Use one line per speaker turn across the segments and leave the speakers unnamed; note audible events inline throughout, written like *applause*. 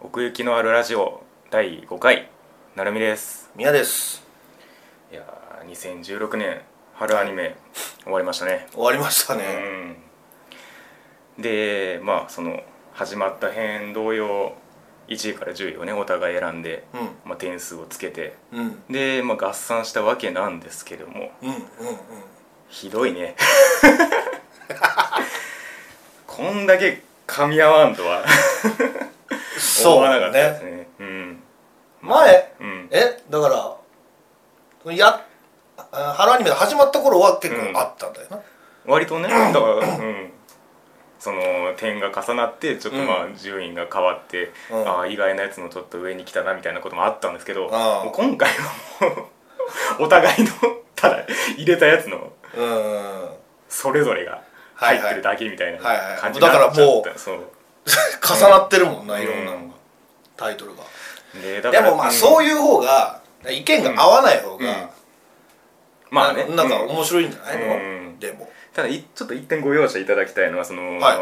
奥行きのあるラジオ第5回なるみです
宮です
いやー2016年春アニメ終わりましたね
終わりました
う
ね、
んでまあその始まった編同様1位から10位をねお互い選んで、
うん、
まあ、点数をつけて
うんうん
で、まあ、合算したわけなんですけども
うんうん
ひどい
*laughs*
ねこんだけ噛み合わんとは思
そ
わなか
う
ったです
ね
ねうん
前
うん
えだからそのやあ春アニメが始まった頃は結構あったんだよな、
割とねだからうんその点が重なってちょっとま
う
あ順位が変わって、
うん
ああ意外なやつのちょっと上に来たなみたいなこともあったんですけど
ああ
もう今回はもうお互いのただ入れたやつの
うんうんうん
それぞれが入ってるだけみたいな
はいはい
感じになっちゃった、
はいはいだからも
そう
重なってるもんな、
うん
いろんなのがタイトルが
でだ
でもまあそう
い
いう方が意見が合わない方が、
うん、まあね
ななんか
うん
面白いんじゃないの、
うん
でも
ただいちょっと一点ご容赦いただきたいのはその、
は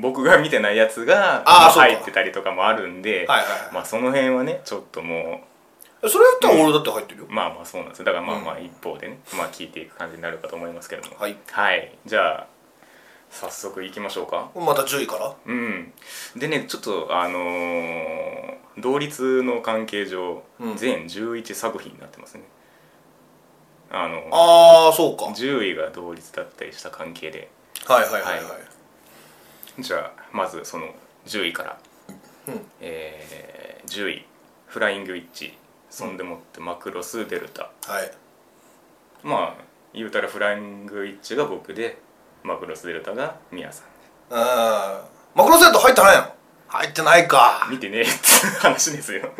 僕が見てないやつが
あーそうか
入ってたりとかもあるんで、
はいはい、
まあその辺はねちょっとも
それやったら俺だって入ってるよ
う、まあまあそうなんですだからまあまあ
う
一方でね、まあ聞いていく感じになるかと思いますけども
はい
じゃあ早速いきましょうか
また10位から
うんでねちょっとあのー同率の関係上、
うん
全11作品になってますねあの
ああそうか
10位が同率だったりした関係で
はいはいはいはい、
はいじゃあまずその10位から、
うん
えー10位フライングウィッチそんでもってマクロスデルタ、
はい
まあ言うたらフライングウィッチが僕でマクロスデルタがミヤさん
うんマクロセット入ってないの入ってないか
見てねえっていう話ですよ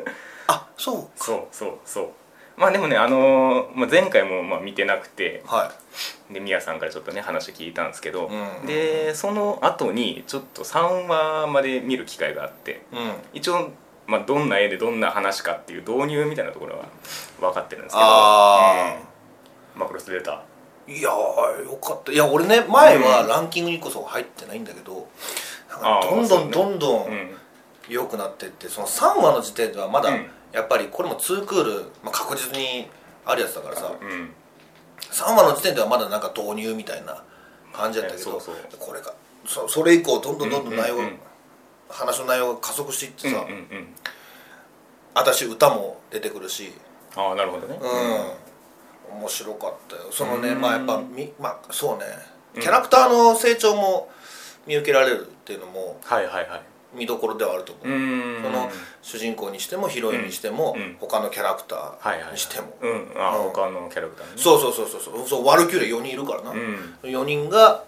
あそう
そうそうそうまあでもねあのーまあ、前回もまあ見てなくて
は
でミヤさんからちょっとね話聞いたんですけど、
うん
でその後にちょっと3話まで見る機会があって
いうん
一応、まあ、どんな絵でどんな話かっていう導入みたいなところは分かってるんですけど
あ
うんマクロスデータ
いやーよかったいや俺ね前はランキングにこそ入ってないんだけどなんか
あー
どん
そう
ど
ね
んどんど
うんん
良くなってってその3話の時点ではまだ
うん
やっぱりこれも2クール、まあ、確実にあるやつだからさ
うん
3話の時点ではまだなんか導入みたいな感じだったけど、
ねそうそう
これがそそれ以降どんどんどんどん内容、
うんうんうん
話の内容が加速して
う
いって
んう
さ、
んうん
私歌も出てくるし
ああなるほどね
うん、面白かったよそのね
うん
まあやっぱみまあそうね
うん
キャラクターの成長も見受けられるっていうのも
はいはいはい
見どころではあると思う、
うん
その主人公にしてもヒロインにしても、
うんうん
他のキャラクタ
はいはい
ーにしても、
うんあー
うん
他のキャラクターね
そうそうそうそうそうそうワルキューレ4人いるからな、
うん
4人が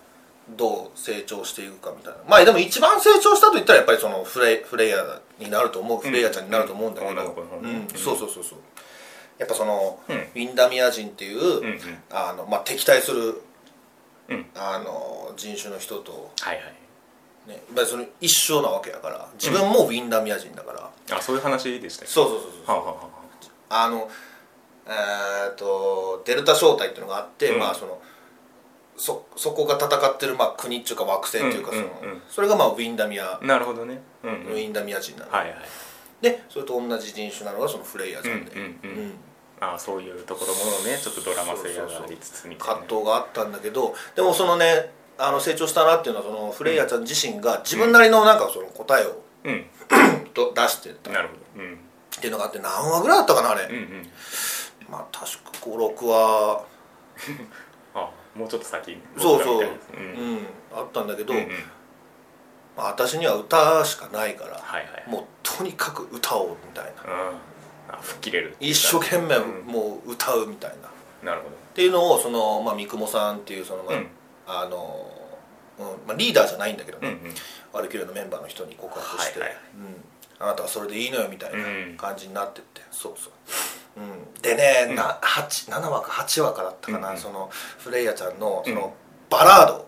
どう成長していくかみたいなまあでも一番成長したと言ったらやっぱりそのフレイフレイヤーになると思うフレイヤーちゃんになると思うんだけど、
女の子の方
う
ね
ん
うん
そうそうそうそうやっぱその、
うん
ウィンダミア人っていう、
うんうん
あのまあ、敵対する、
うん
あの人種の人と、
はいはい
ね、やっぱりその一生なわけだから自分もウィンダミア人だから、
あそういう話でしたっけ
そうそうそうそ
は
う
あはあはあ
あのえー、とデルタ小隊っていうのがあって、
うん
まあそのそそこが戦ってる、まあ、国っていうか惑星っていうかその、
うんうんうん
それがまあウィンダミア、
なるほどねうんうん
ウィンダミア人なの、
はいはい
でそれと同じ人種なのがそのフレイヤーさんで、
うんうんうんあーそういうところもねちょっとドラマ性がありつつみたいな
葛藤があったんだけどでもそのねあの成長したなっていうのはそのフレイヤーちゃん自身が自分なりのなんかその答えを
うん
と出してたっ
なるほどうん
ていうのがあって何話ぐらいだったかなあれ、
うんうん
まあ確か56話
あもうちょっと先
そう
僕
そう、
らみた
う
い
ん
なうん
あったんだけど、
うんうん
まあ、私には歌しかないから、
はいはい
もうとにかく歌おうみたいな
うんあ吹っ切れる
一生懸命
うん
もう歌うみたいな、っ
なるほど
ていうのをその、まあ、三雲さんっていうその、まあ
うん
あの、うんまあ、リーダーじゃないんだけど
うんう
ね、
ん
ワルキューレのメンバーの人に告白して、
はいはい
うん、あなたはそれでいいのよみたい
うん
な感じになってって、そうそう、うん、でね、な8 7話か8話かだったかな、
うんうん
そのフレイヤちゃんのその、
うん
バラード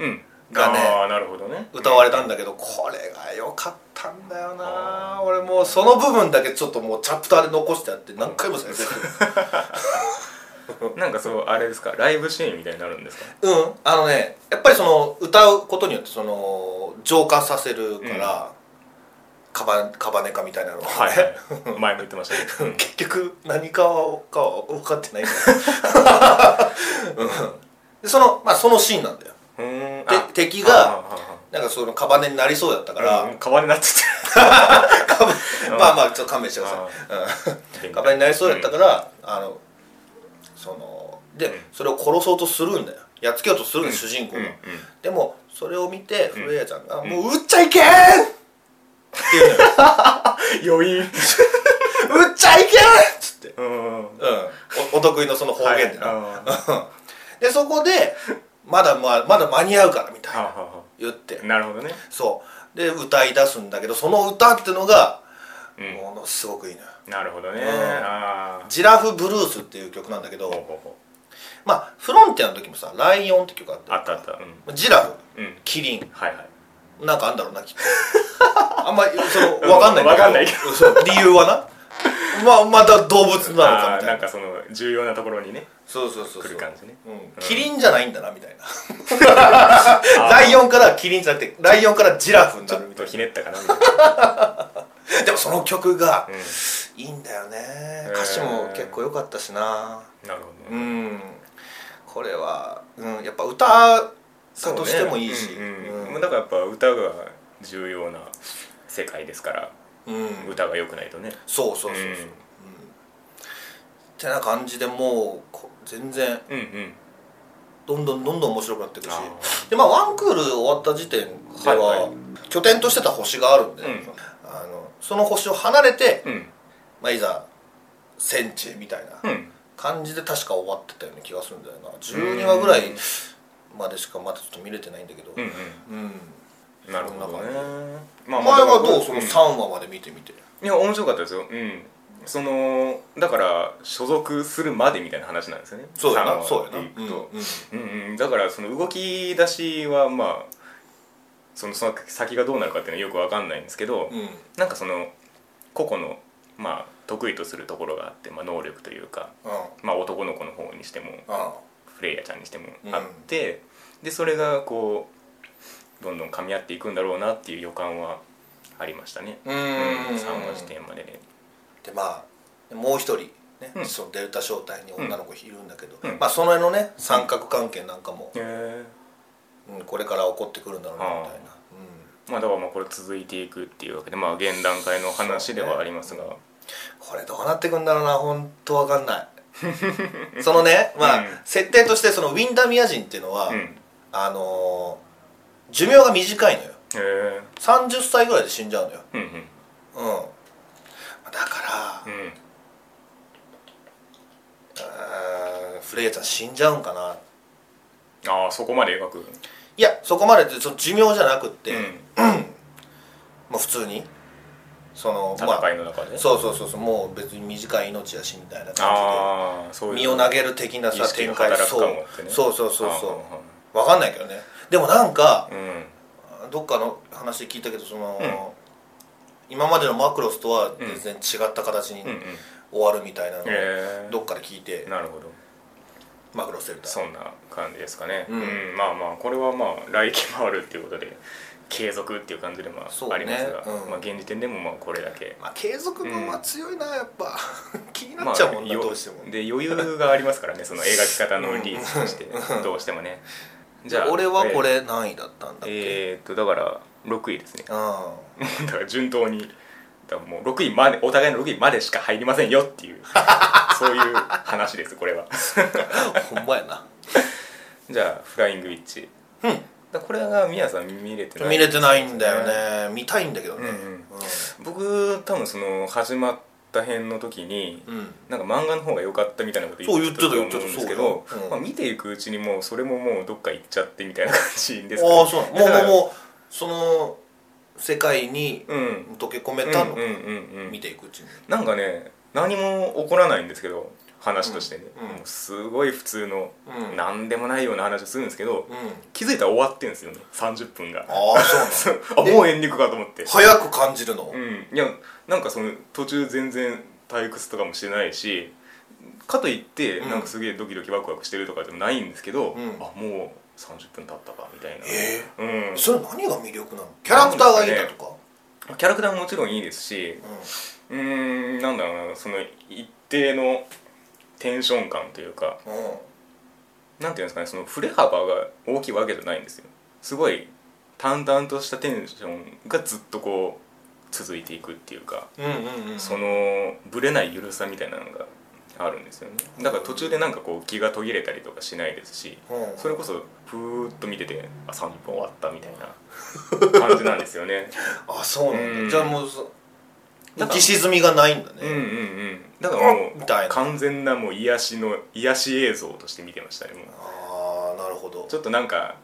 うん
がね
ああなるほどね
歌われたんだけど、これが良かったんだよな俺もうその部分だけちょっともうチャプターで残してあって何回も再生す
*laughs*
る
なんかそうあれですかライブシーンみたいになるんですか
うんあのねやっぱりその歌うことによってその浄化させるから、カバカバネカみたいなのをね、
はいはい前も言ってましたけど、うん
結局何かはかは分かってないからうんでそのまあそのシーンなんだよ
うーん
で
あ
敵
は
が
あは
なんかそのカバネになりそうだったか
あは
ら、
あうん代わりになっち
カバ
うん
まあまあちょっと勘弁してくださ
ゃっ
い、う
て
ん、カバネになりそうだったからら、あのそので、
うん
それを殺そうとするんだよやっつけようとするんだよ、主人公が、でもそれを見て
うん
フレイヤちゃんが「
ん
もう撃っちゃいけん!」って言うのよ
余韻
「撃っちゃいけん!」っつって、
うん
うん、おお得意のその方言でな、
はいあ
でそこでまだまあまだ間に合うからみたい
ーはあは
な
あは
言って
あなるほどね
そうで歌い出すんだけどその歌ってのが
うん
ものすごくいいのよ
なるほどね
うん
ああ
ジラフブルースっていう曲なんだけ
ほう
ど
ほうほ
まあフロンティアの時もさライオンって曲あっ
うあ
た
ったあったうん
ジラフ
うん
キリン
はいはい
なんかあんだろうなきっと
*laughs*
あんまりそのわかんない
わかんないけ
どそう理由はなまあまた動物なのか
あ
み
ー
た
ないん
な
かその重要なところにね
そうそうそう
来
そう
る感じね
うんキリンじゃないんだなみたいな
あー
ライオンからキリンじゃなくてライオンからジラフに
ち
な
ょ
る
っ
みた
と
いな
ひねったかなみたい
でもその曲が
なう
いいんだよね
ー
歌詞も結構良かったしなん
なるほど
う
ね
んこれは、うん、やっぱ歌家としてもいいし
そうねうんうん
うん
だからやっぱ歌が重要な世界ですから
うん
歌が良くないとね
そうそうそうそう、
うん
うんってな感じでもうこ全然
うんうん
どんどんどんどん面白くなっていくし
あ
でまあワンクール終わった時点では、
はいはい
拠点としてた星があるんで、
うん
あのその星を離れて、
うん
まあ、いざ戦地へみたいな
うん
感じで確か終わってたような気がするんだよな12話ぐらいまでしかまだちょっと見れてないんだけど
うん
うん
うんなるほどねま
お前はどうその
ん
3話まで見てみて、
いや面白かったですようんそのだから所属するまでみたいな話なんですよね
そうや
サン
な
は
そうやな
っていくと
うんうん
うんうんだからその動き出しはまあそのその先がどうなるかっていうのはよくわかんないんですけど、
うん
なんかその個々のまあ得意とするところがあって、まあ、能力というか、
あ
まあ、男の子の方にしても
あ
フレイヤちゃんにしてもあって、でそれがこうどんどん噛み合っていくんだろうなっていう予感はありましたね。
う
うん3話時点までで、
でまあもう一人ね、
うん
そのデルタ招待に女の子いるんだけど、
うん
まあその辺のね三角関係なんかも、
へ
うんこれから起こってくるんだろうなみたいな、うん
ーまあ、だからまあこれ続いていくっていうわけで、まあ、現段階の話ではありますが、
これどうなってくんだろうな本当わかんない *laughs* そのねまあ、
うん
設定としてそのウィンダミア人っていうのは、
うんへ
あのー寿命が短いのよ
え
30歳ぐらいで死んじゃうのよ
うんうん
うんだから、
うん
あーフレイヤちゃん死んじゃうんかな
ああそこまで描く、
いやそこまででその寿命じゃなくって、
うん
まあ普通にその
戦
ま
いの中で、
あ、そうそうそうそうもう別に短い命やしみたいな感
ああそ
じ
う
で
いう
身を投げる的な
意
さ
識
展
が
開
働く
そ
か
う
もってね
そうそうそう
は
そ
あは
う分かんないけどねでもなんか
あはあうん
どっかの話で聞いたけどその、今までのマクロスとは全然違った形に
うんうん
終わるみたいなのを
え
どっかで聞いて
えなるほど
マクロスエルタ
そんな感じですかね、
うん
まあまあこれはまあ来期もあるっていうことで継続っていう感じでま
そうね
あありますが、
うん
まあ現時点でもまあこれだけ
まあ継続分は強いなやっぱ *laughs* 気にな
ま
っ
あ
ちゃうもんな、
よ
どうしても
で余裕がありますからねその描き方のリーチとしてどうしてもねじゃあ
俺はこれ何位だったんだっけ、
えー、えーっとだから6位ですね *laughs*
あ
だから順当にだからもう6位までお互いの6位までしか入りませんよっていう *laughs* そういう話ですこれは
あ *laughs* ほんまやな
じゃあフライングウィッチ
うん
だからこれがミヤさん見れてない
見れてないんだよね見たいんだけどね
うん僕多分その始まった辺の時に、
うん、うん
なんか漫画の方が良かったみたいなこと
そう
言
言っ
ってて
た
たと思う
言っ
ん
て
で
た
すけ
そう
ど、
だようん
まあ、見ていくうちにもうそれももうどっか行っちゃってみたいな感じです
ああそうなのもう
だから
もうもうその世界に
うん
溶け込めたの、
うんうんうん
見ていくうちに
なんかね何も起こらないんですけど話としてね、
うんうん
もうすごい普通の、
うん
何でもないような話をするんですけど、
うん
気づいたら終わってんですよね30分が
ああそうなの
*laughs* あもうエンディングかと思って
早く感じるの、
うん、いやなんかその途中全然退屈とかもしてないしかといって
うん
なんかすげえドキドキワクワクしてるとかでもないんですけど、
ん
あもう30分経ったかみたいな、
え
うん
それ何が魅力なのキャラクターがいいだとか
キャラクターももちろんいいですしうーんなんだろうなその一定のテンション感というか
うんうん
なんていうんですかねその振れ幅が大きいわけじゃないんですよすごい淡々としたテンションがずっとこう続いていくっていうか
うんうんうん
そのぶれない緩さみたいなのがあるんですよねだから途中でなんかこう気が途切れたりとかしないですし
うん
それこそふーっと見ててあ3分終わったみたい
*laughs*
な感じなんですよね
あそうなん
うん
だじゃあもうそ
だ
浮
から
き沈みがないんだ
うんうん
ね
うんだからも
あ
う
みたいな
完全なもう癒しの癒し映像として見てましたねもう
ああなるほど
ちょっとなんか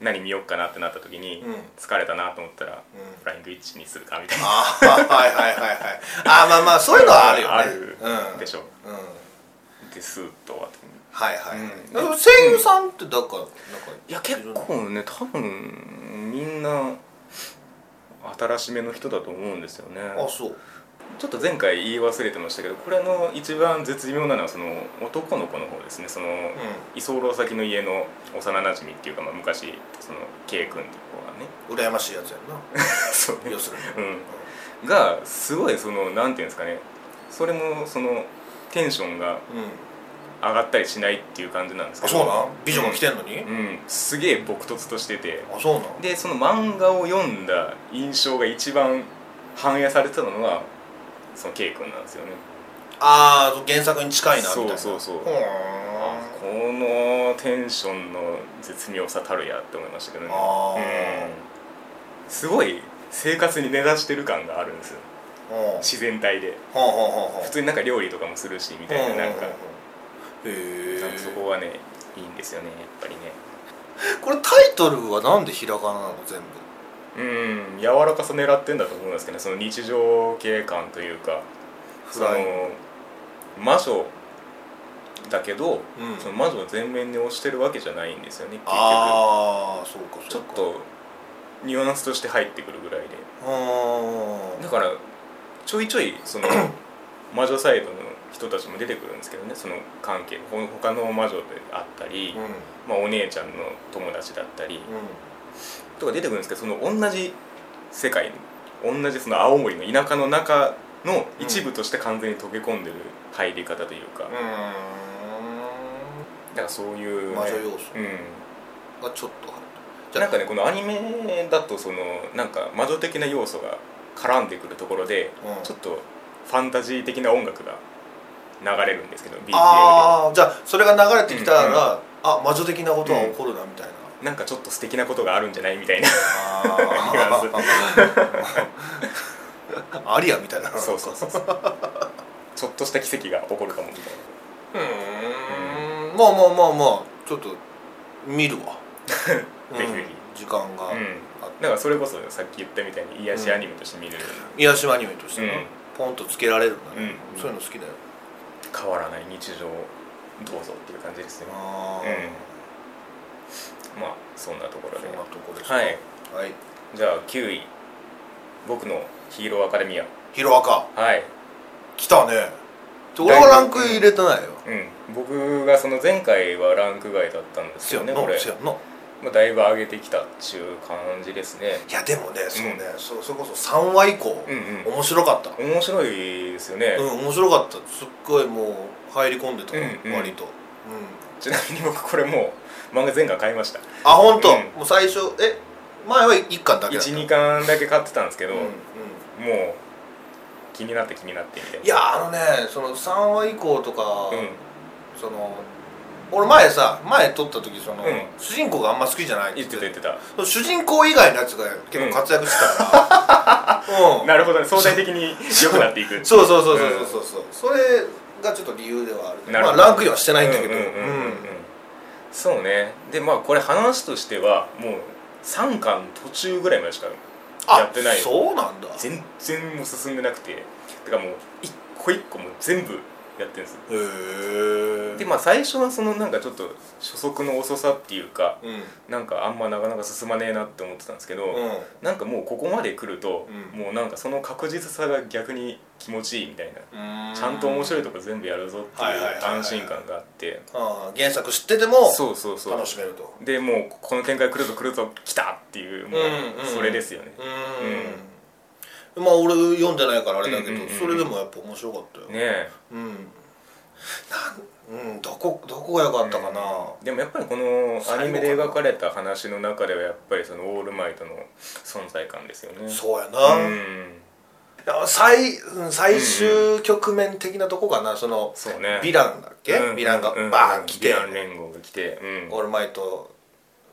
何見よっかなってなった時に
うん
疲れたなと思ったら
うん
フライングイッチにするかみたいな
あーはいはいはいはいあーまあまあそういうのはあるよね
ある
うん
でしょ
うんはい
でスーッと終わって
はいはい、
うん
でも声優さんってだからなんか
いや結構ね多分みんな新しめの人だと思うんですよね
あそう
ちょっと前回言い忘れてましたけどこれの一番絶妙なのはその男の子の方ですねその居候先の家の幼馴染っていうか、まあ、昔その K 君っていう子がね
うん羨ましいやつやんな
*laughs* そうね
要するに
うんがすごいそのなんていうんですかねそれもそのテンションが
うん
上がったりしないっていう感じなんです
あ
け
そ
ど
うなん美女が来てんのに、
うんすげえ朴突としてて
あそうなん
でその漫画を読んだ印象が一番反映されてたのはその K 君なんですよね
ああ原作に近いなみたいな
そうそうそう
ほーん
このテンションの絶妙さたるやって思いましたけどね
あー
うんすごい生活に根ざしてる感があるんですよ
うん
自然体で
ほうほうほうほう
普通になんか料理とかもするしみたいななんか
うんうんうんうんへ
なん
え
かそこはねいいんですよねやっぱりね
これタイトルはなんでひらがななの全部
うん柔らかさ狙ってんだと思うんですけどねその日常系感というかそ
フライ
の魔女だけど、
うん
その魔女を全面に押してるわけじゃないんですよね結局
ああそうか
ち
そ
ょ
う
っ
か
とニュアンスとして入ってくるぐらいで
うーん
だからちょいちょいその魔女サイドの人たちも出てくるんですけどねその関係ほ他の魔女であったり、
う
ま
ん
あ、お姉ちゃんの友達だったり
うん
とか出てくるんですけどその同じ世界同じその青森の田舎の中の一部として完全に溶け込んでる入り方というか、
うー
だからそういう、
ん
ね、
魔女要素
う
がちょっと入って
ん、なんかねこのアニメだとそのなんか魔女的な要素が絡んでくるところで、
うん
ちょっとファンタジー的な音楽が流れるんですけど BGM で
ああじゃあそれが流れてきたら、あ魔女的なことは起こるなみたいな、
なんかちょっと素敵なことがあるんじゃないみたいな
あ *laughs* あアリアみたいな
そうそうそうそうちょっとした奇跡が起こるかもみたいな
うーんまあまあまあまあちょっと見るわ
*laughs* ぜひ
う
ぜ
ん時間が、
うん
あっ
だからそれこそさっき言ったみたいに癒しアニメとして見れる、
癒しアニメとしてね、
うん
ポンとつけられるんだね、
うん
そういうの好きだよ、
変わらない日常をどうぞっていう感じですね
ああ
まあそんなところ
そ
で
んなとこですか
はい
はい
じゃあ9位僕のヒーローアカデミア
ヒロアカ
はい、
来たね俺はランク入れてないよ
うん、僕がその前回はランク外だったんです
せ
よ
やん
ね
な
これ、
せやんな
まあ、だいぶ上げてきたっていう感じですね
いやでもねそうね、そうそれこそ3話以降、
うん
面白かった
面白いですよね、
うん面白かったすっごいもう入り込んでた、
うんうん
割と、うん、
ちなみに僕これもう漫画全巻買いました
あ本当、
うん
もう最初え前は1巻だけだった
12巻だけ買ってたんですけど、
うんうん
もう気になって気になってみたいない
やあのねその3話以降とか、
うん
その俺前さ前撮った時その、
うん
主人公があんま好きじゃないって
言ってた言ってた
その主人公以外のやつが結構活躍して
*laughs*
たから、うん
なるほどね相対的に良くなっていく
そうそうそうそうそうそう、それがちょっと理由ではある
なる
ま
ほ
あ
ど
ランクインはしてないんだけど
うううんうんうんそうねでまあこれ話としてはもう3巻途中ぐらいまでしか
あ
やってない
そうなんだへ
全然もう進んでなくててかもう一個一個もう全部やってるんです
え
でまあ最初はそのなんかちょっと初速の遅さっていうか
うんうん
なんかあんまなかなか進まねえなって思ってたんですけど、なんかもうここまで来ると、
うん
もうなんかその確実さが逆に気持ちいいみたいな、ちゃんと面白いとこ全部やるぞって
はいはいはい
い
は
う
い
安心感があって
あー原作知ってても
そうそうそう
楽しめると
でもうこの展開来るぞ来るぞ来たっていうもう
うんうん
それですよね
うん
ん
まあ俺読んでないからあれだけど、
うんうんうんうん
それでもやっぱ面白かったよ、
ね
うんなんうんどこどこが良かったかな、
でもやっぱりこのアニメで描かれた話の中ではやっぱりそのオールマイトの存在感ですよね
そうや
う
な、い
ん
や最うん最終局面的なとこかなその
そうね
ヴィランだっけ、
うん
ヴィランが
うんうん
バーン来て、
ヴィラン連合が来てうん
オールマイト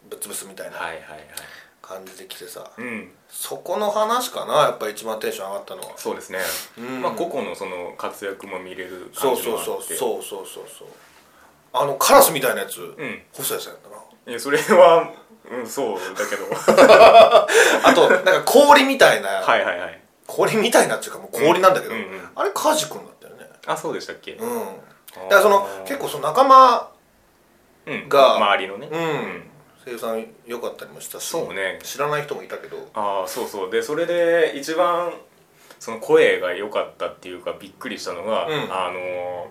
ぶっ潰すみたいな
はいはいはい
感じで来てさ、
うん
そこの話かなやっぱ一番テンション上がったのは
そうですね、
うん
まあ個々のその活躍も見れる
そ
感
う
じ
そ
もあ
う
って
そうそうそうそうそうあのカラスみたいなやつ、
ん
細谷さんやったな
ういやそれはうんそうだ
*laughs*
けど
あとなんか氷みたいな、
はいはいはい
氷みたいなっていうかもう氷なんだけど、
うんうんうん
あれカジ君だったよね
あそうでしたっけ、
うん
ー
だからその結構その仲間
うん
が
周りのね
うん、声優さん良かったりもしたし
そうね
知らない人もいたけど
ああそうそうでそれで一番その声が良かったっていうかびっくりしたのが、
うん
あの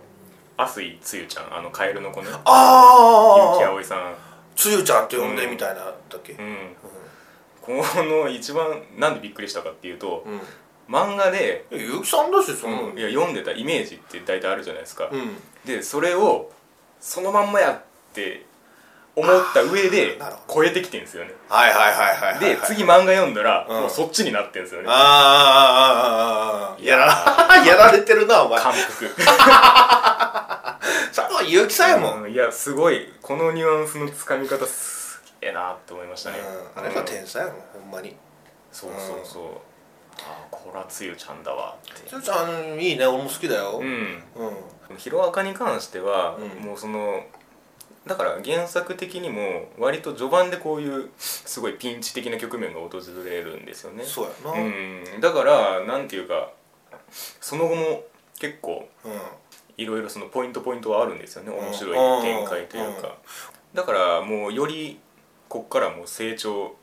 アスイつゆちゃんあのカエルの子ね結城
ああ
葵さん
つゆちゃんって呼んでみたいなだっけ、
うん、この一番なんでびっくりしたかっていうと、
うん
漫画で、
いや結城さんだしその、
いや読んでたイメージって大体あるじゃないですか、
うん
でそれをそのまんまやって思った上で
あーなるほど
超えてきてるんですよね
はいはいはいはいはい、はい、
で次漫画読んだら、
うん
もうそっちになってるんですよね
あーあーあーあーあーや *laughs* らやられてるなお前
感服
そこは結城さんやもん、
うんいやすごいこのニュアンスのつかみ方すげえなって思いましたね、
うんあれが天才やもんほんまに
そうそうそう、ああこらつゆちゃんだわって
つゆちゃんいいね俺も好きだよ
う
うん、
んヒロアカに関しては、もうそのだから原作的にも割と序盤でこういうすごいピンチ的な局面が訪れるんですよね
そうやな
う、んだからなんていうかその後も結構
うん
いろいろそのポイントポイントはあるんですよね
ん
面白い展開という
うん
かだからもうよりこっからもう成長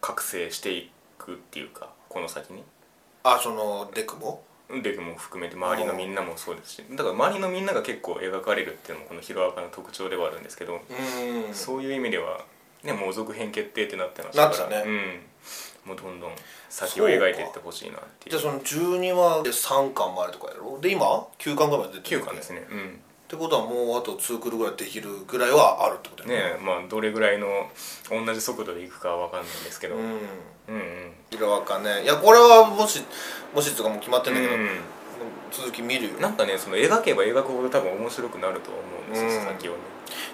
覚醒していくっていうかこの先に
あそのデクも
デクも含めて周りのみんなもそうですしだから周りのみんなが結構描かれるっていうのもこの「ヒロアカ」の特徴ではあるんですけど
うん
そういう意味ではねもう続編決定ってなってまし
な
た
って
か
た
ら
ね
うんもうどんどん先を描いていってほしいなってい
じゃ
う
あその12話で3巻までとかやろで今9巻ぐらいまで出てる
9巻です
ね
ねうん
ってことはもうあと2クールぐらいできるぐらいはあるってことや
ねえまあどれぐらいの同じ速度でいくかは分かんないんですけど
う
うん
ん
うん
色わかねいやこれはもしもしとかもう決まってんだけど、
う
続き見るよ
ん、なんかねその描けば描くほど多分面白くなると思うんですよ、
うん
先をね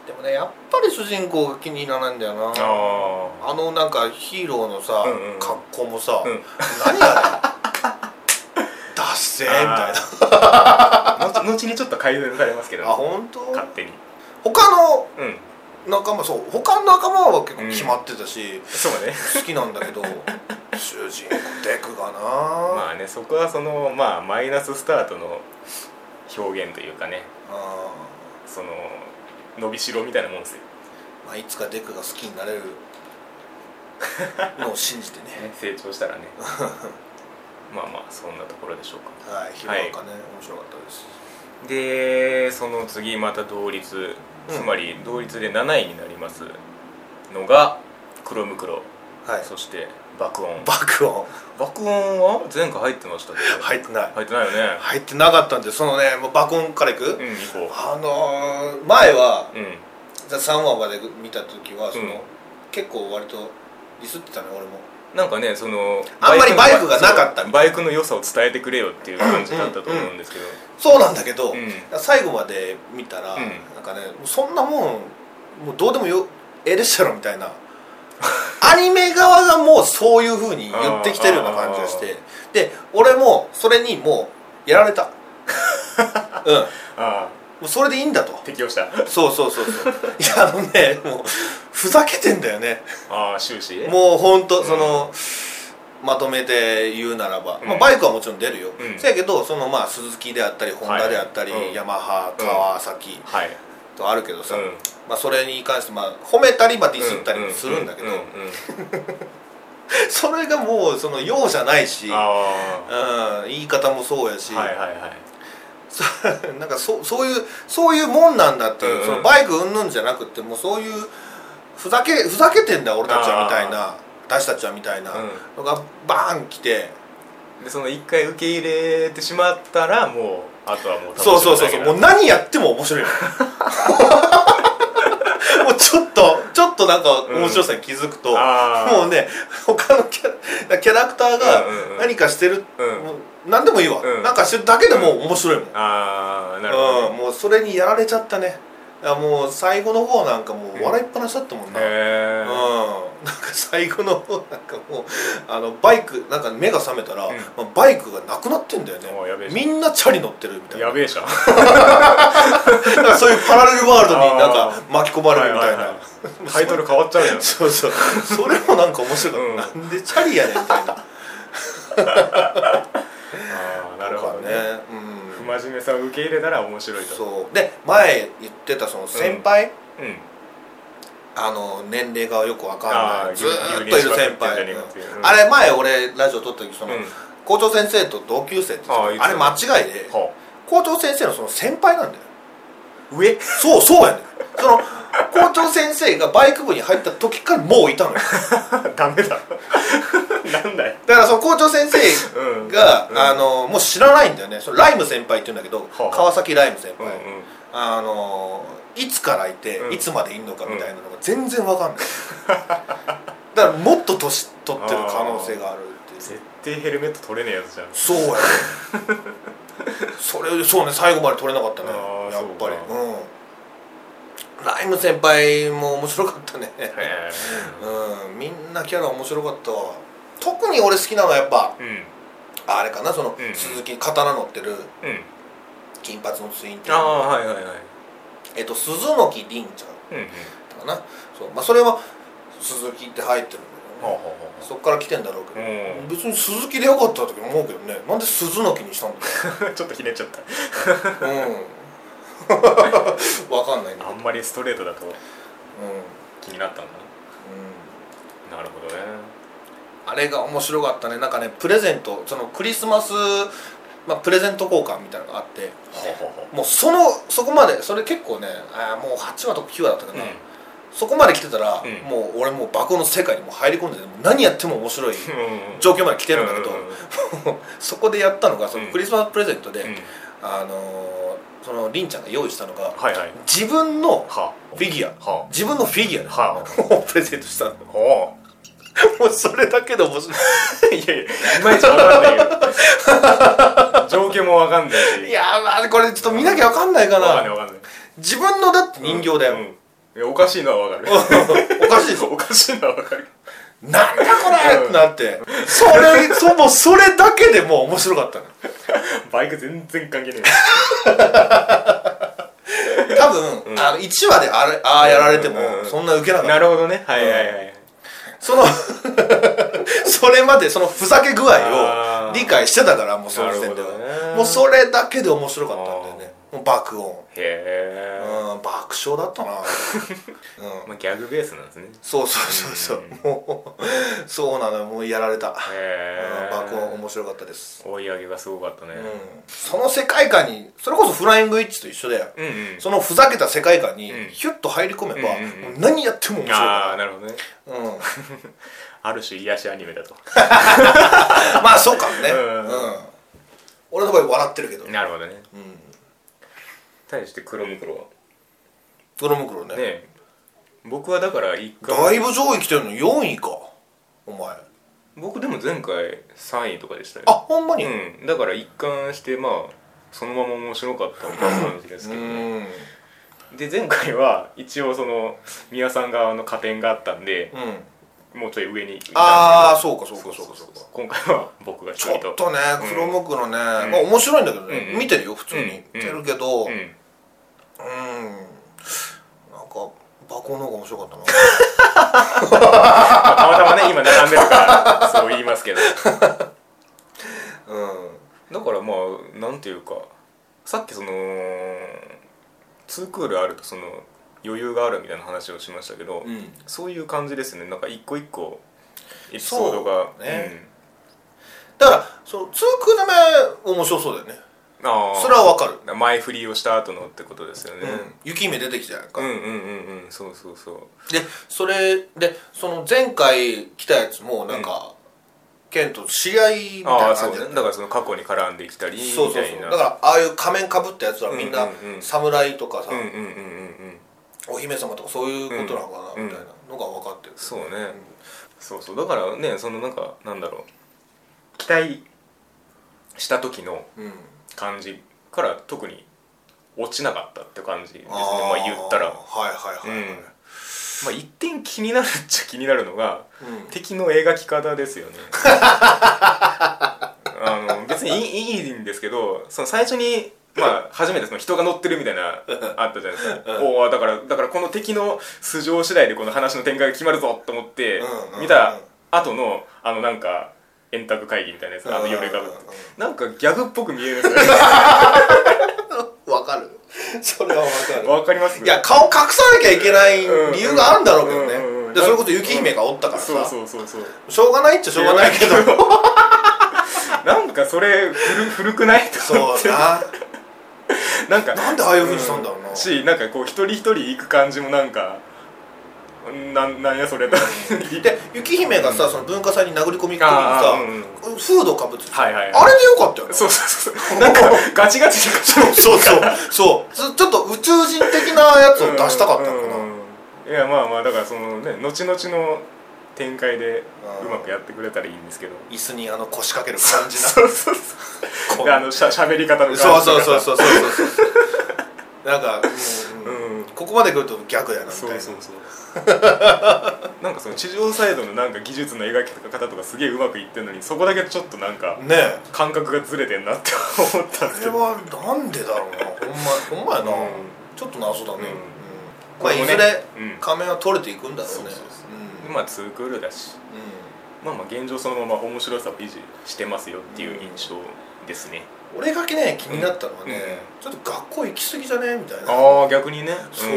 でもねやっぱり主人公が気に入らないんだよな
ああ
あのなんかヒーローのさ、
うんうん
格好もさ、
うん
何あれダッセーみたいな
*laughs* 後後にちょっと改善されますけど、
あ本当
勝手に
他の
うん
仲間そう他の仲間は結構決まってたし、
そうね
好きなんだけど主人公デクがな、
まあねそこはそのまあマイナススタートの表現というかね
あ
その伸びしろみたいなもんですよ、
ーまあいつかデクが好きになれるのを信じてね
ね、成長したらね *laughs* まあまあそんなところでしょうか
はいヒロアカね、面白かったです
でその次また同率
うん
つまり同率で7位になりますのが黒ムクロ
はい
そして爆音
爆音
爆音は前回入ってましたっけ
入ってない
入ってないよね
入ってなかったんでそのねもう爆音からいく、
うん以降
あのー前は
うん
3話まで見た時はその、
うん
結構割とディスってたね俺も
なんかねその
あんまりバイク
の
がなかった
そうバイクの良さを伝えてくれよっていう感じだったと思うんですけど
そうなんだけど、
うん
最後まで見たら、
うん
なんかねもうそんなもんもうどうでもよええでっしゃろみたいな *laughs* アニメ側がもうそういうふうに言ってきてるような感じがしてで俺もそれにもうやら
*laughs*
れたうんも
あ
うそれでいいんだと
あ適応した
そうそうそうそういやあのねもうふざけてんだよね
ああ終始
もうほんと
ん
その、まとめて言うならば、
うん
まあ、バイクはもちろん出るよ、
うん
せやけどそのまあ鈴木であったりホンダであったり、
はいうん
ヤマハ川崎
はい
とあるけどさ、
うん
まあ、それに関してまあ褒めたりまあディスったりもするんだけど、
ううううん
それがもうその用じゃないし、うん、
あ
言い方もそうやし、
あはいはいはい
そ *laughs* なんかそそういうそういうもんなんだっていう、
うんうん
そのバイク云々じゃなくってもうそういうふざけふざけてんだ俺たちはみたいな私たちはみたいな、
うん
のがバーン来て
でその一回受け入れてしまったらもうあとはもう楽し
そうそうそう
みだけ
そう
だ
もう何やっても
*laughs*
面白いのもうちょっとちょっとなんか面白さに気づくと、
あー
もうね他のキャキャラクターが
うんうんうん
何かしてる、
うん
もう何でもいいわ、
うん
何かしてるだけでもう面白いもん、
ああなるほど、
うん
ね
もうそれにやられちゃったねあもう最後の方なんかもう笑いっぱなしだったもんな、
へ
うん、
ー
なんか最後の方なんかもうあのバイクなんか目が覚めたら、
うん
まあバイクがなくなってんだよね
おーやべえ
みんなチャリ乗ってるみたいな
やべえじゃん
なん *laughs* かそういうパラレルワールドになん
あ
か
ー
巻き込まれるみたい
はは
な
はタイトル変わっちゃうじゃん
そうそうそれもなんか面白かった、なんでチャリやねんみたいな
ああ *laughs* なるほどね
なんか
不
ね、
真面目さを受け入れたら面白
う
い
ん、
と
そうで前言ってたその先輩、
うん
あの年齢がよくわかん
あ
な
ー
いずーっといる先
牛乳
輩
縛ってんじゃねえかっていううん
あれ前俺ラジオ撮った時その、
うん
校長先生と同級生って言ってた
あー言って
あ
た
れ間違いで
は
校長先生のその先輩なんだよ
あ上 *laughs*
そうそうやねんその校長先生がバイク部に入った時からもういたのよ
ダメだ *laughs* なんだよ
だからその校長先生
うん
が、
うん
あのもう知らないんだよねそのライム先輩って言うんだけど、
はあ
川崎ライム先
うん
輩、あのいつからいて、
うん
いつまでいんのかみたいなのが全然わかんないだからもっと年取ってる可能性があるっていう
絶対ヘルメット取れねえやつじゃん
そうやねそれそうね最後まで取れなかったね
あー
やっぱり
そううん
ライム先輩も面白かったね
へ
うんみんなキャラ面白かったわ特に俺好きなのはやっぱ
えうん
あれかなその、
うん
鈴木刀乗ってる
うん
金髪のツインってい
あ
う
あはいはいはい
えっと鈴木凛ちゃんだ
うんうん
ったかなそう、まあ、それは鈴木って入ってるんだ
はあ
けど、ね
はあは
そっから来てんだろうけど、
うん
別に鈴木でよかったと思うけどねなんで鈴木にしたん
あ *laughs* ちょっとひねっちゃった *laughs*
だよ、うん、わかんないんだ
あ
けど
んまりストレートだと
うん、うん、
気になったんだななるほどね
あれが面白かったねなんかねプレゼントそのクリスマス、まあ、プレゼント交換みたいなのがあって
はあはあは
もうそのそこまでそれ結構ねあーもう8話とか9話だったか
あ
な、そこまで来てたら、
うん
もう俺もう爆音の世界にもう入り込んでてもう何やっても面白い
うん
状況まで来てるんだけど、
うう
そこでやったのがその
うん
クリスマスプレゼントで、
うん
あのーそのりんちゃんが用意したのが
はいはい
自分の
は
フィギュア
あは
自分のフィギュ
あはあ
*laughs* アをプレゼントしたのも
お
うそれだけで面白
いやいやいまいちわかんないよ状況もわかんないし
いいやーまあこれちょっと見なきゃ分かんないか
わかんない
な
わかんない
自分のだって人形だよ、
うんいやおかしいのはわかる
*laughs* おかしいでしょ
おかしいのはわかる
なんだこれってなってそれそもうそれだけでもう面白かったの
バイク全然関係ね
多分、あの1話であれああやられても
うんうんうん
そんな受けな
え
かった
るほどねはいはいはい
その *laughs* それまでそのふざけ具合
あ
を
ー
理解してたからもうその時点で
なるほど
は
ね
もうそれだけで面白かったんだよねもう爆音
へえ
うん爆笑だ
*laughs*
ったなうん
まあギャグベースなんですね
そうそうそうそうもうそうなのよもうやられた、
へ
うん
え
爆音面白かったです
追い上げがすごかったね
うんその世界観にそれこそフライングイッチと一緒だよ、
うんうん
そのふざけた世界観に
うん
ヒュッと入り込めば、
うんうんうん
もう何やっても面白い
ああ
か
なるほどね
ら、うん、
ある種癒しアニメだと
まあそうかもね、う
うんん
俺の場合笑ってるけど、
なるほどね
うん、
対して黒袋は
ドラムクロね
ねえ僕はだから一
だ
回
いぶ上位来てるの4位かお前
僕でも前回3位とかでしたよ
あほんまに
うんだから一貫してまあそのまま面白かったみたいな感じですけどね
うんうん
で前回は一応その宮さん側の加点があったんで、もうちょい上にいたんですけど
ああそうかそうかそうかそうか
今回は僕が一
ちょ
人
っ
と
とね
うん
黒ムクロね、まあ面白いんだけどね、
うんうん
見てるよ普通に、
うんうん
見てるけどうん、
うん
なんか爆音の方が面白
*laughs*
かったな
まあたまたまね今並んでるからそう言いますけど
うん
だからまあなんていうかさっきその2クールあるとその余裕があるみたいな話をしましたけど、
うん
そういう感じですねなんか一個一個エピソードが
そうねだからそのツークール目面白そうだよね
うんああ
それはわかる、
前振りをした後のってことですよね、
うん、雪姫出てきたやんか、
うん、うんうんうんそうそうそう
でそれでその前回来たやつもなんか、ケンと知り合いみたい
あ
な
あそ
感じ
う
だ
ね
った
だからその過去に絡んできたりみ
そうそう
た
そ
いうな
だからああいう仮面かぶったやつはみんな
うんうんうん
侍とかさ、
うんうんうんうんうん
お姫様とかそういうことなのかなみたいなのが分かってる、
そうね、そうそうだからねそのなんかなんだろう期待した時の
うん
感じから特に落ちなかったって感じですねまあ
あ
言ったら
はいはいはいはい、
うんまあ、一点気になるっちゃ気になるのが、
うん
敵の描き方です
*laughs*
よねあの別にいいいいんですけどその最初に、まあ、初めてその人が乗ってるみたいなあったじゃないですか、おおだからだからこの敵の素性次第でこの話の展開が決まるぞと思って、
うんうんうん
見た後のあのなんか円卓会議みたいなやつあ
うん
の
うんうんうん
夜がなんかギャグっぽく見えるんですよね
*laughs* 分かる *laughs* それは分かる
わかります
いや顔隠さなきゃいけない理由があるんだろうけどね、
うんうんうん
でそれこそ雪姫がおったからさ、
そうそうそうそう
しょうがないっちゃしょうがないけど
*laughs* なんかそれ古古くないと思っ
そう
て
な
*laughs* なんか
なんでああいうふうにしたんだろうな、
うしなんかこう一人一人行く感じもなんかなんなんやそれと
で雪姫がさ、その文化祭に殴り込み行く時にさ
あ、ー
フードかぶってた、
はいはいはい
あれでよかったよね
そうそうそうなんかガチガチに
*laughs* そうそうそうそうちょっと宇宙人的なやつを出したかった
うんう
のかな、
んうんいやまあまあだからそのね後々の展開で
うん
うまくやってくれたらいいんですけど
椅子にあの腰掛ける感じな
そうそうそ
こ
う
う
*laughs* であのしゃ喋り方の感じと
そう
か
そうそうそうそうそうそうなんか、うんうん
うん
ここまで来ると逆やなみたい
そ
な
うそうそうなんかその地上サイドのなんか技術の描き方とかすげえうまくいってるのにそこだけちょっとなんか
ねえ
感覚がずれてんなって思ったんです
こ
け
れ
ど
はなんでだろうなほんまほんまやな、
うん
ちょっと謎だね、
うん
うんまあ、いず
これも
れ
ねうん
仮面は取れていくんだろうね
そうそうそ
うん
まあツークールだし
う
まあまあ現状そのまま面白さを維持してますよっていう印象ですね、
ん俺がね気になったのはね、
う
ちょっと学校行き過ぎじゃねみたいな
ああ逆にね
そうん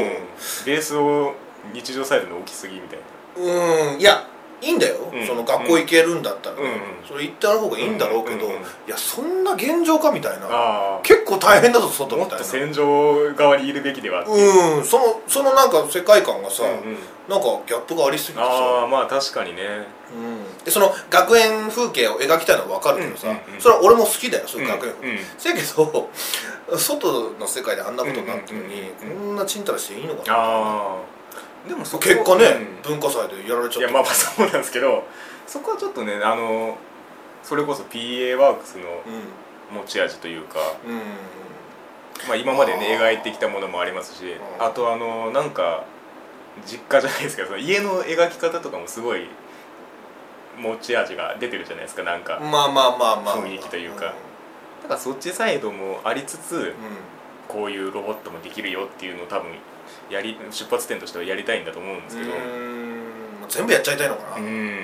ベースを日常サイドに置きすぎみたいな
うんいやいいんだよ、
うん
その学校行けるんだったらね、
うんうん
それ行ってある方がいいんだろうけど、
うんうんうん
いやそんな現状かみたいな
あ
結構大変だぞ外
も
み
った
い
と
な
戦場側にいるべきではっていう、
うんそのそのなんか世界観がさ、
うんうん
なんかギャップがありすぎてさ
ああまあ確かにね
うんでその学園風景を描きたいのは分かるけどさ、
うんうんうん
それは俺も好きだよそういう学園風
うんうん
景、せやけど外の世界であんなことになってるのに、
うんうんうん
こんなちんたらしていいのかな
ああでもそこ
結果ね、
うん
文化祭でやられちゃった
いやまあまあそうなんですけどそこはちょっとねあのそれこそ PA ワークスの
う
持ち味というか、
んうん
まあ、今までね
あー
描いてきたものもありますし
うん
あとあのなんか実家じゃないですけどその家の描き方とかもすごい持ち味が出てるじゃないですかなんか
まあまあまあまあ
雰囲気というかだからそっちサイドもありつつ
うん、うん
こういうロボットもできるよっていうのを多分やり出発点としてはやりたいんだと思うんですけど
うーん全部やっちゃいたいのかな、
うん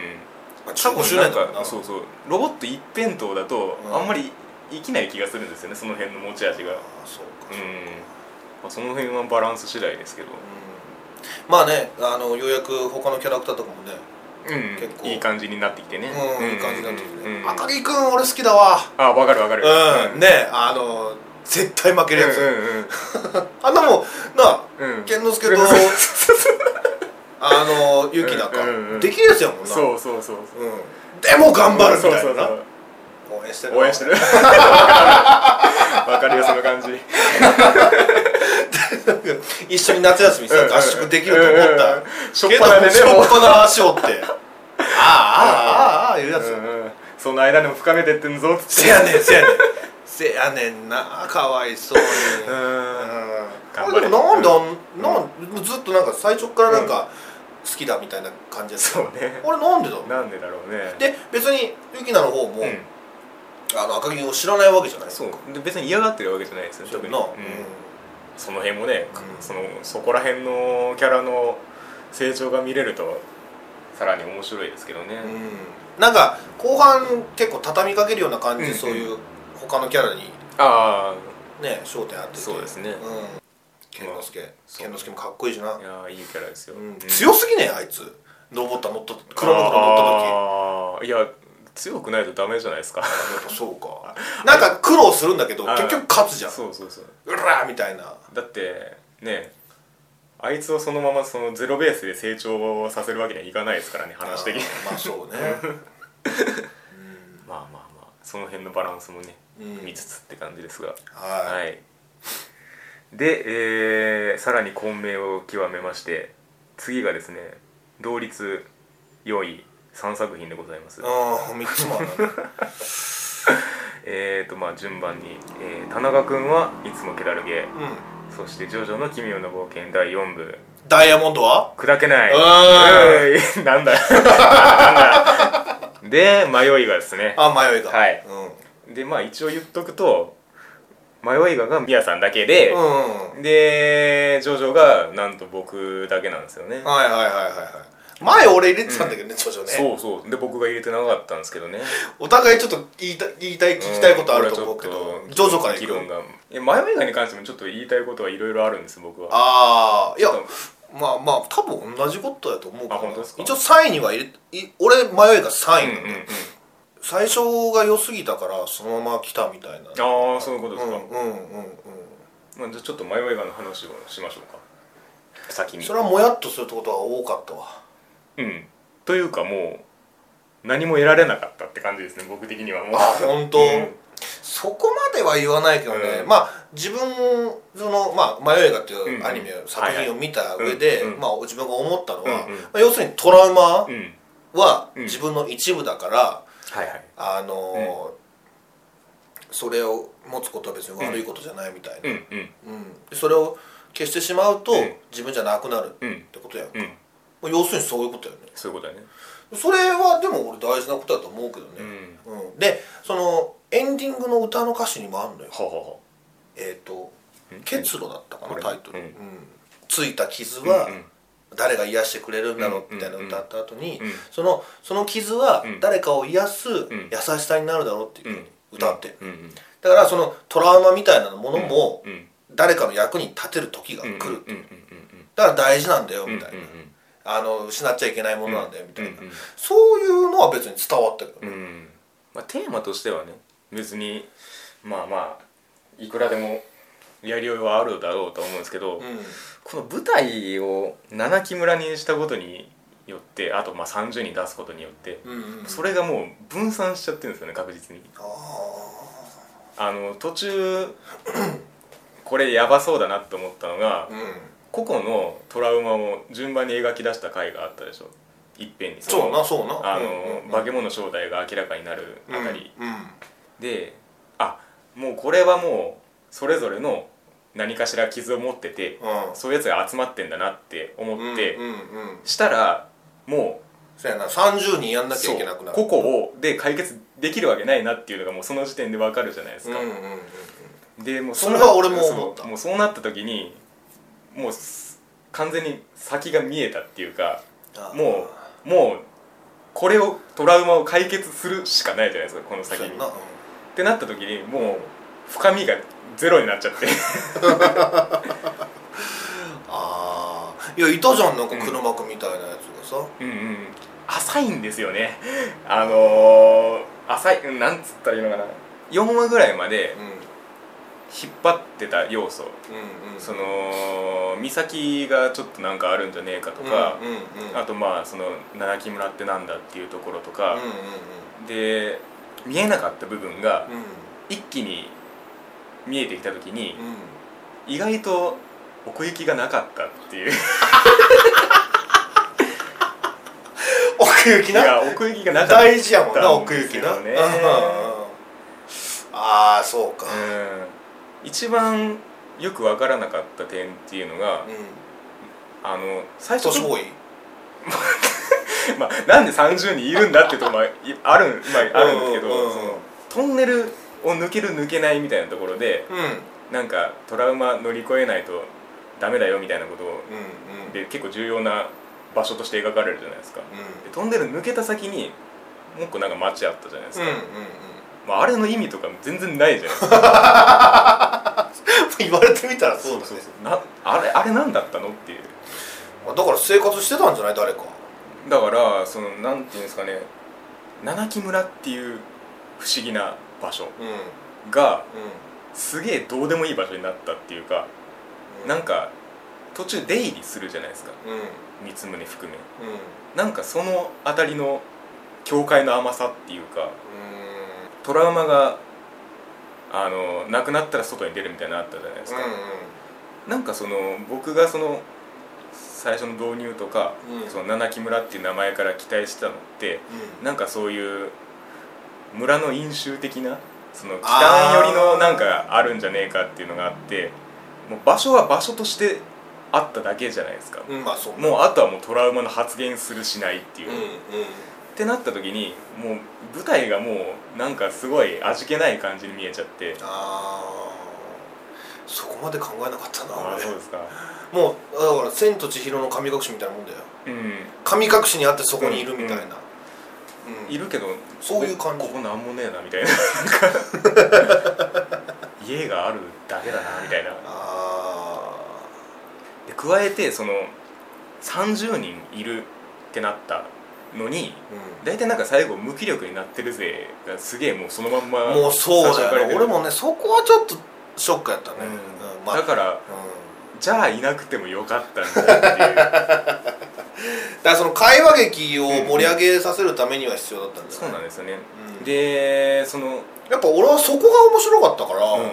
ま
多
あ、過去
分
周
な
年
ん
だもん
か
な
そうそうロボット一辺倒だと
うん
あんまり生きない気がするんですよねその辺の持ち味がうん
あーそうか、うん
まあその辺はバランス次第ですけど
まあねあのようやく他のキャラクターとかもね、
うん
結構
いい感じになってきてね
うんいい感じになってきて
うん
ね赤木君俺好きだわ
あわかるわかる
うんねあの絶対負け
うん
るやつ、あんなもんな
うんうん
健之介とあのゆきなんか、
うんうんうん
できるやつやもんな
そうそうそうそう
うん、でも頑張るみたいな
そうそう
応援して
そう
る
応援してるわかるよその感じ
一緒に夏休みさ合宿できると思っ
うん
た
うんうんしょっ
けど
ぱなでね
し
も
ょ
う
っぱな足折ってああああああああいうやつ、
うんうんその間でも深めてってんぞっつっ
せ
て
やねんせやねんせやねんなかわいそうに
う
うん
ん
あ
頑
れ
張
で
れ
もなんであん、なんずっとなんか最初からなんか好きだみたいな感じです
そうね
あれなんでだろう
なんでだろうね
で別にユキナの方も、
うん
あの赤木君を知らないわけじゃない
そうで別に嫌がってるわけじゃないですよ
そう
特
や
に、
な、
うんその辺もね、
うん
そのそこら辺のキャラの成長が見れるとさらに面白いですけどね、
うんなんか後半結構畳みかけるような感じで、
うん
そういう他のキャラに
あ
ね焦点当て
あ
て
そうですね、
うん健之介
そう、
健之介もかっこいいしない
やーいいキャラですよ、
うん、
い
強すぎねあいつロボット乗った黒ロボット乗った時
時いや強くないとダメじゃないですか
やっぱそうかなんか苦労するんだけど
あ
結局勝つじゃん
*laughs* そうそうそう
うらーみたいな
だってねあいつをそのままそのゼロベースで成長させるわけにはいかないですからね話的に *laughs*
あーまあそうねうん
その辺のバランスもね、
うん
見つつって感じですが
は
は
い
い、で、えーさらに混迷を極めまして次がですね同率4位3作品でございます
ああ3つもあるな
えーとまあ順番に、えー田中君はいつも蹴られゲ
うん
そして「ジョジョの奇妙な冒険」第4部
ダイヤモンドは
砕けないううーい *laughs* なんだなんだで迷いがですね
あ迷いが
はい
うん
でまあ一応言っとくと迷いががミヤさんだけで、
うんうん
でジョジョがなんと僕だけなんですよね
はいはいはいはいはい前俺入れてたんだけどね、ちょちょね
そうそうで僕が入れてなかったんですけどね
お互いちょっと言いた言い *laughs* たい聞きたいことあると思うけど
んこれはち
ジ
ょ
ョ
っ
ジョから
議
行
論
く
がいや迷いがに関してもちょっと言いたいことはいろいろあるんです僕は
ああいや
ちょっ
まあまあ多分同じことだと思うから
あ本当ですか
一応3位には入れい俺迷いが3
うんう
位
ん
なの、
うん
最初が良すぎたからそのまま来たみたいな
ああそういうこと
う
です
ん
か、
うんうん
まあ、じゃあちょっと迷いがの話をしましょうか先
うん
に
それはもやっとするってことは多かったわ
うんというかもう何も得られなかったって感じですね僕的にはもう
あ本当、
うん
そこまでは言わないけどね、
うん
まあ自分その「まあ、迷いが」ってい
うん
うアニメ、作
はい
品
は
を
い
見た上で、
うんうん
まあ、自分が思ったのは、
うんうん
まあ、要するにトラウマ
うん
は
うん
自分の一部だから、
はいはい
あのーそれを持つことは別に悪いことじゃないみたいな、
うん
うん
うん
でそれを消してしまうと、
うん
自分じゃなくなるっ
うん
てことやんか、
うん
まあ要するにそういうことやね
そういうことだね
それはでも俺大事なことだと思うけどね、
うん
うん、でそのエンディングの歌の歌詞にもあるのよ
ははは
えっ、と
うん
「結露」だったか
こ
な
れ
タイトル、
うん
うんついた傷は
うんうん
誰が癒してくれるんだろうみたいな
うんうん
歌った後に、
うん
そのその傷は
うん
誰かを癒す
ん
優しさになるだろうっていうふうに歌ってる、
うんうん
だからそのトラウマみたいなものも
うん
誰かの役に立てる時が来
う
る
ん、うんうんうん
だから大事なんだよ
うん
みたいな、
うんうん
あの失っちゃいけないものなんだよみたいな、
うんうん
そういうのは別に伝わったけどね、
うんまあ、テーマとしてはね別にまあまあいくらでもやりようはあるだろうと思うんですけど、
うん
この舞台を七木村にしたことによってあとまあ30人出すことによって、
うんうん、
それがもう分散しちゃってるんですよね確実に。
ああ
あの途中 *clears throat* これやばそうだなって思ったのが、
うん
個々のトラウマを順番に描き出した回があったでしょいっぺんに
そう
の
なそうな
あ
うんうんう
の
ん
化け物正体が明らかになるあたり、
うんうん
であもうこれはもうそれぞれの何かしら傷を持ってて
うん
そういうやつが集まってんだなって思って、
うんうんうん
したらも
そうやな30人やん
う
なきゃいけなくなる
個々をで解決できるわけないなっていうのがもうその時点でわかるじゃないです
うん
か、
うんうんうん
でもう
それは俺も思った
そうもうそうなった時にもうす完全に先が見えたっていうか
あー
もうもうこれをトラウマを解決するしかないじゃないですかこの先
そう
に。
やなうん
ってなった時にもう深みがゼロになっちゃって
ああいやいたじゃんなんか黒幕みたいなやつがさ
うんうん浅いんですよねあのー、浅いうんなんつったらいいのかな4話ぐらいまで
うん
引っ張ってた要素
うんうん
その美咲がちょっとなんかあるんじゃねえかとか
うん、うんうん
あとまあその七木村ってなんだっていうところと
うん
か、
うん
で見えなかった部分が
うん
一気に見えてきた時に
うんうん
意外と奥行きがなかったっていう
奥行き
*laughs* い
な
や奥行きがなかった
大事やもんな
なん
奥
で
行
す
き
よ
なうんう
ね
んうんああそうか
うん一番よくわからなかった点っていうのが、
うん
あの最初
年多い
*laughs* まあ、なんで30人いるんだってとこもあいある,、まあ、あるんですけど、
うんうんうん
そのトンネルを抜ける抜けないみたいなところで
うんうんうん
なんかトラウマ乗り越えないとダメだよみたいなことをで結構重要な場所として描かれるじゃないですかでトンネル抜けた先にもう一個なんか街あったじゃないです
うんう
か、
んうん
まあ、あれの意味とかも全然ないじゃないですか
*laughs* 言われてみたらそうだね
なあれあれ何だったのっていう
あだから生活してたんじゃない誰か
だからそのなんていうんですかね七木村っていう不思議な場所
うんうん
がすげえどうでもいい場所になったっていうかなんか途中出入りするじゃないですか
うんうん
三つ宗含めなんかその辺りの境界の甘さっていうか
う
トラウマがあのなくなったら外に出るみたいなのあったじゃないですか、なんかその僕がその最初の導入とか、
うん
その七木村っていう名前から期待してたのって、
う
なんかそういう村の飲酒的なその北
あー
寄りのなんかあるんじゃねえかっていうのがあってもう場所は場所としてあっただけじゃないですか、
うんうんまあそう
もうあとはもうトラウマの発言するしないっていう、
うんうん
ってなった時にもう舞台がもうなんかすごい味気ない感じに見えちゃって
あーそこまで考えなかったな
ああ
俺
そうですか
もうだから「千と千尋の神隠し」みたいなもんだよ
うん
神隠しにあってそこにいるみたいな、うん
いるけど
そういう感じ
こここなんもねえなみたいな家があるだけだなみたいな
あ
で加えてその30人いるってなったのに
ーうん
大体なんか最後無気力になってるぜがすげえもうそのまんま
もうそ
最
う
初
だ
から
よ
出
ね
る
俺もねそこはちょっとショックやったね、
うん
うんまあ
だから
うん
じゃあいなくてもよかったんだっていう
だからその会話劇を盛り上げさせるためには必要だった *laughs* んだよ
そう
ね
なんですよね、
うん
でその
やっぱ俺はそこが面白かったから、
うん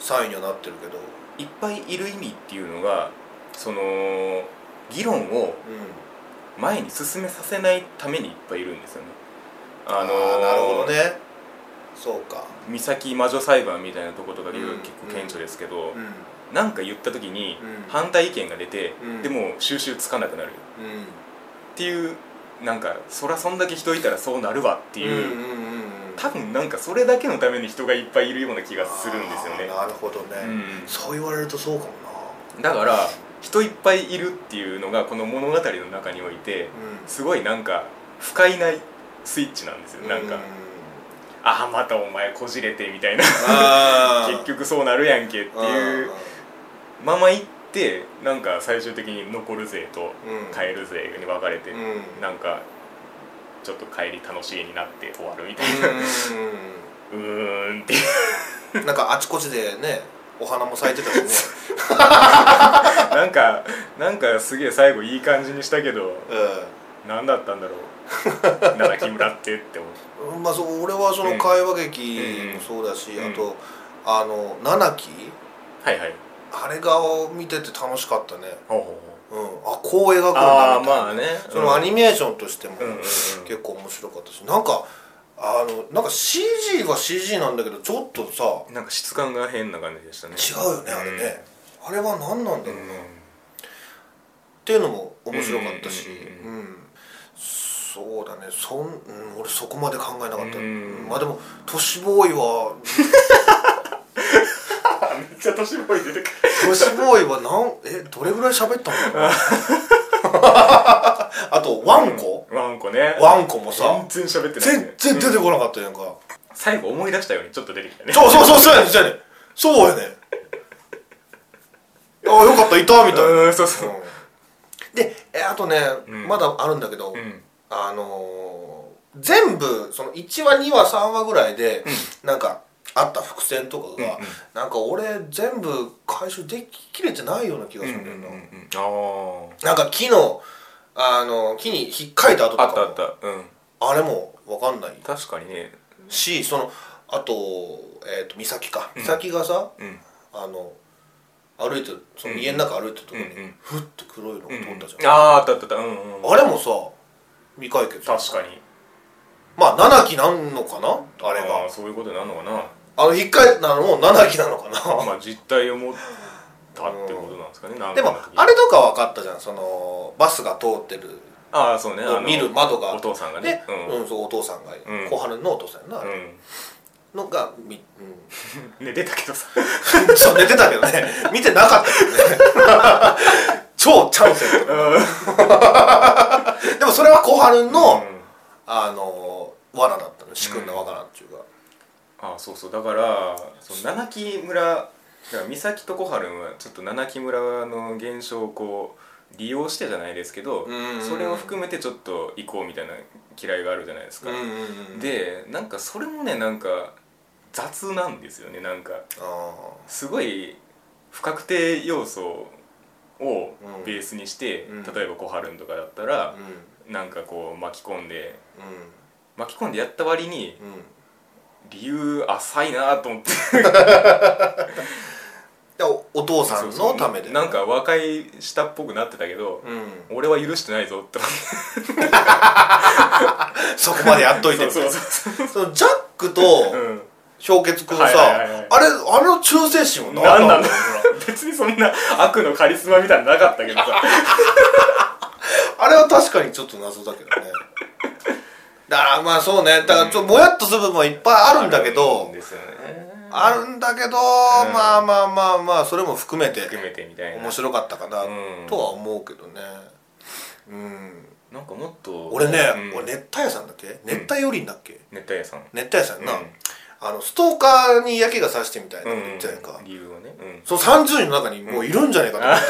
3位にはなってるけど、
いっぱいいる意味っていうのがその議論を
うん
前に進めさせないためにいっぱいいるんですよね。あの
ーなるほどねそうか
三崎魔女裁判みたいなとことかで言う
うん
結構顕著ですけど、
うん
なんか言った時に
うん
反対意見が出て、
うん
でも収集つかなくなる
うん
っていうなんかそらそんだけ人いたらそうなるわっていう、
うんうんうんうん
多分なんかそれだけのために人がいっぱいいるような気がするんですよね。
あーなるほどね、
うん
そう言われるとそうかも
だから人いっぱいいるっていうのがこの物語の中において
なうん
すごいなんか不快なスイッチなんですよなんか、
う
ああまたお前こじれてみたいな
あー
*laughs* 結局そうなるやんけっていうまま行ってなんか最終的に残る勢と
うん
帰る勢に分かれて、
うんうん
なんかちょっと帰り楽しいになって終わるみたいな
う
うーんっていう
んなんかあちこちでねお花も咲い
*laughs*
てたしね、
なんかなんかすげえ最後いい感じにしたけど何だったんだろう七木村ってって思って。
うん、まあそう俺はその会話劇もそうだし、
うん
あとあの七木
はいはい
あれが見てて楽しかったね、
ほうほうほう
うん、あこう描くんだみた
あ
いな
あまあね
そのアニメーションとしても
うんうんうん
結構面白かったしなんかあのなんか CG は CG なんだけどちょっとさ
なんか質感が変な感じでしたね
違うよねあれね、あれは何なんだろうな、
う
っていうのも面白かったし
う
うん、そうだねそん、うん、俺そこまで考えなかった、
うん
まあでも都市ボーイは
ん、めっちゃ年っぽい出てく
都市ボーイはなんえどれぐらい
*laughs*
喋ったのかなあとワンコ、
るワンコね
ワンコもさ
全然喋ってない、
全
ね、
然出て
うん
こなかったやんか、
最後思い出したようにちょっと出てきたね
そうそうそうそうやねんそうやねんそうやねんああよかったいたみたいな、
うーんそうそう、
でえあとね、
うん
まだあるんだけど、
ん
あのー全部その1話2話3話ぐらいで、なんかあった伏線とかが、
うんうん
なんか俺全部回収でききれてないような気が
う
す
ん
る
うんん
だよな、
うんあ
なんか木のあの木に引っかいた跡と
あ
か
あった
も
あったうん
あれも分かんない
確かにね
しそのあと,、えー、と美咲か美咲がさ、
うん
あの歩いてるその家の中歩いてるところに、
うんうん
ふって黒いのが飛んだじゃん、
あああったあったあったうんうんうん
あれもさ未解決
確かに
まあ七木なんのかなあれ
あ
が
ーそういうことになるのかな
あの引っかいたのも七木なのかな
まあ実態を持ったってことなんですかね、なんか
でも
の時に
あれとか分かったじゃんそのバスが通ってる
ああそうねあの
見る窓が
お父さんが
で
ね、
うんそうお父さんが、
ん
小春のお父さんやな、あ
う
れ
ん、
のがみ、
うん、寝てたけどさ
うん、 *laughs* そう寝てたけどね見てなかったけどね超チャンスやったでもそれは小春の、
うん
あの罠だったの仕組んだ罠っていうか、
ああそうそうだからその七木村だから美咲と小春はちょっと七木村の現象をこう利用してじゃないですけど、
うん
それを含めてちょっと行こうみたいな嫌いがあるじゃないですか、
うんで
でなんかそれもねなんか雑なんですよねなんか
あ
すごい不確定要素を
うん
ベースにして、
うん
例えば小春とかだった
あ
ら
う、ん
なんかこう巻き込んで
うん
巻き込んでやった割に
うん
理由浅いなと思
*laughs*
って
でおお父さんのためで
なんか和解したっぽくなってたけど、
うん
俺は許してないぞって思って
そこまでやっといてみた
そ
い
う
な
そうそ
そのジャックと
*laughs* う、うん、
氷結君のさ
はいはいはいはい
あれあれの忠誠心は
何
何
な
なんん
だ
だろう
*laughs* 別にそんな悪のカリスマみたいなのなかったけどさ
あれは確かにちょっと謎だけどねだからまあそうねだからちょっともやっとする部分はいっぱ *laughs* いあるんだけど、
あるんですよね
あるんだけど、まあまあまあまあそれも含めて
含めてみたいな
面白かったかな
うん
とは思うけどねうん
なんかもっと
俺ね、
うん
俺熱帯夜さんだっけ熱帯雨林だっけ、
熱帯夜さん
熱帯夜さんな、
うん
あのストーカーに嫌気がさしてみたいなこと言ってたやんか、
理由をね、うん、
その30人の中にもういるんじゃないかと思った、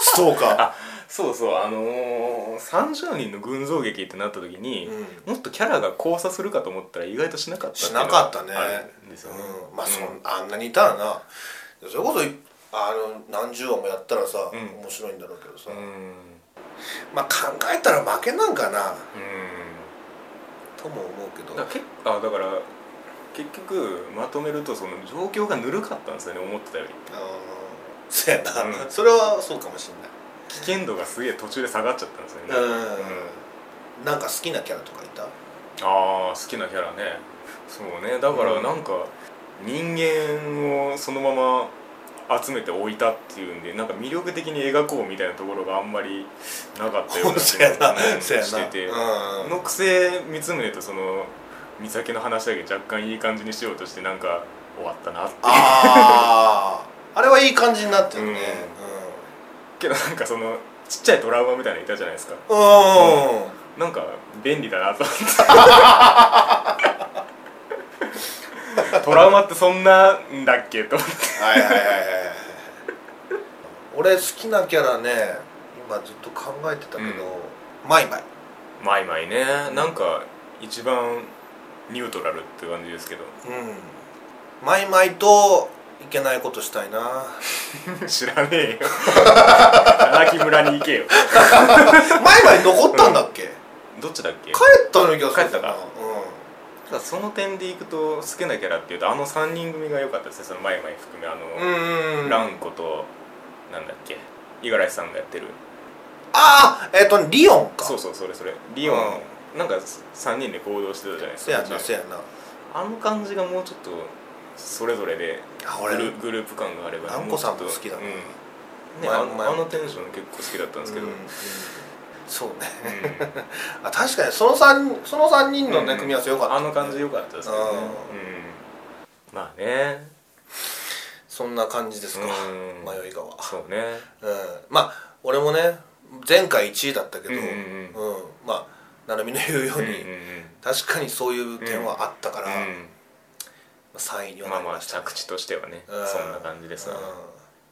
ストーカ
そうそう *laughs* あのー、30人の群像劇ってなった時に、もっとキャラが交差するかと思ったら意外としなかった
ー
てい
し
うのが
なかったね
あるんですよね、
うん、まあそん、
うん
あんなにいたらなそれこそいあの何十話もやったらさ、
うん
面白いんだろうけどさ、
うん
まあ考えたら負けなんかな
う
とも思うけど
んだからけあだから結局まとめるとその状況がぬるかったんですよね思ってたより
うんそうやな、
うん
それはそうかもしんない
危険度がすげえ途中で下がっちゃったんですよね、
うん、なんか好きなキャラとかいた
ああ好きなキャラねそうねだからなんか人間をそのまま集めて置いたっていうんでなんか魅力的に描こうみたいなところがあんまりなかったような
*laughs* そうやな
うん
そうやな
してて、
うん
のくせ光宗とその美咲の話だけ若干いい感じにしようとしてなんか終わったなっていう
あああれはいい感じになってるね
けどなんかそのちっちゃいトラウマみたいなのいたじゃないですか
うんうん、
なんか便利だなと思ってトラウマってそんなんだっけと思って
はいはいはいはいはい俺好きなキャラね今ずっと考えてたけど、マイマイ
マイマイねなんか一番ニュートラルって感じですけど
うんマイマイといけないことし
*laughs*
たいな
知らねえ *laughs* よ七木村に行けよ
マイマイ残ったんだっけ、
どっちだっけ
帰ったような気がする
帰った
な
かただその点でいくと好きなキャラっていうとあの3人組が良かったですねそのマイマイ含めあ
うん
の、
うんうん
ランコとなんだっけ五十嵐さんがやってる
ああえっ、とリオンか
そうそうそれそれリオン、なんか3人で行動してたじゃないです
せや
か
なせやな
あの感じがもうちょっとそれぞれで
あ
グ
俺
ルグループ感があれば
ランコさんも好きだな
もうちょっとうんね
前
あ
も前も
のあのテンション結構好きだったんですけど、
う
う
んう
ん
んそうね *laughs* あ確かにその3その三人のね、組み合わせよかった
あの感じ良かったですけどね、うん、まあね
そんな感じですか
うん
迷い川うん
そうね
まあ俺もね前回1位だったけど
うんうん
うんまあ成美の言うように、
うんうん
確かにそういう点はあったから、
うん
3位に
うんま
は
あ
なり
まあ
ましたね、
着地としてはね、
うん
そんな感じですわ
うん